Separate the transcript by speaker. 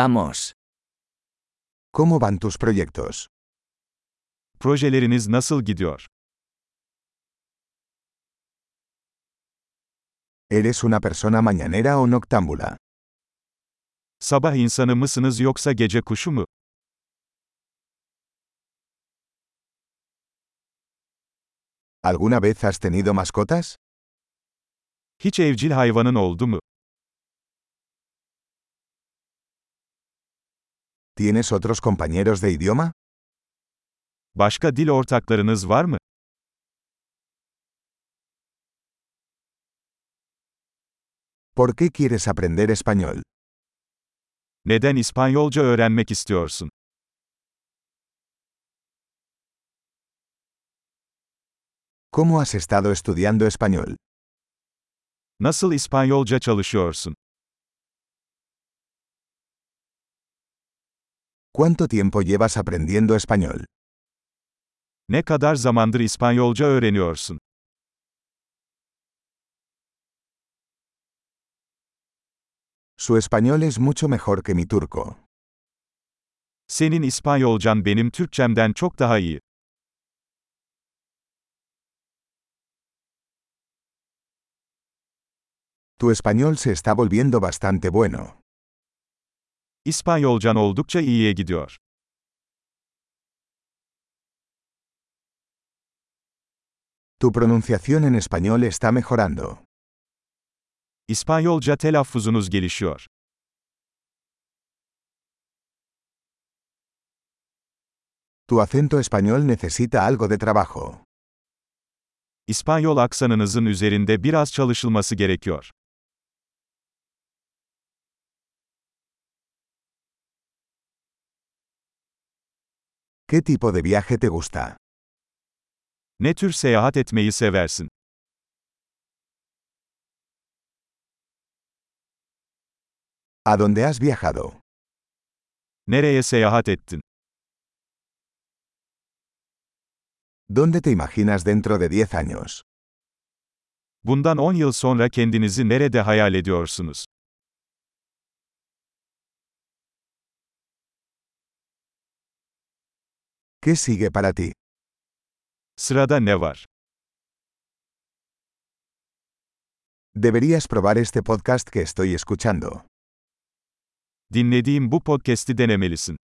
Speaker 1: Vamos.
Speaker 2: ¿Cómo van tus proyectos?
Speaker 3: Projeleriniz nasıl gidiyor?
Speaker 2: ¿Eres una persona mañanera o noctámbula?
Speaker 3: Sabah insanı mısınız yoksa gece kuşu mu?
Speaker 2: ¿Alguna vez has tenido mascotas?
Speaker 3: Hiç evcil hayvanın oldu mu?
Speaker 2: ¿Tienes otros compañeros de idioma?
Speaker 3: Başka dil ortaklarınız var mı?
Speaker 2: ¿Por qué quieres aprender español?
Speaker 3: Neden İspanyolca öğrenmek istiyorsun?
Speaker 2: ¿Cómo has estado estudiando español?
Speaker 3: Nasıl İspanyolca çalışıyorsun?
Speaker 2: ¿Cuánto tiempo llevas aprendiendo español?
Speaker 3: Ne kadar zamandır İspanyolca öğreniyorsun?
Speaker 2: Su español es mucho mejor que mi turco.
Speaker 3: Senin İspanyolcan benim Türkçemden çok daha iyi.
Speaker 2: Tu español se está volviendo bastante bueno.
Speaker 3: İspanyolcan oldukça iyiye gidiyor.
Speaker 2: Tu pronunciación en español está mejorando.
Speaker 3: İspanyolca telaffuzunuz gelişiyor.
Speaker 2: Tu acento español necesita algo de trabajo.
Speaker 3: İspanyol aksanınızın üzerinde biraz çalışılması gerekiyor.
Speaker 2: ¿Qué tipo de viaje te gusta?
Speaker 3: Ne tür seyahat etmeyi seversin?
Speaker 2: ¿A dónde has viajado?
Speaker 3: Nereye seyahat ettin?
Speaker 2: ¿Dónde te imaginas dentro de 10 años?
Speaker 3: Bundan 10 yıl sonra kendinizi nerede hayal ediyorsunuz?
Speaker 2: ¿Qué sigue para ti?
Speaker 3: Sırada ne var?
Speaker 2: Deberías probar este podcast que estoy escuchando.
Speaker 3: Dinlediğim bu podcast'i denemelisin.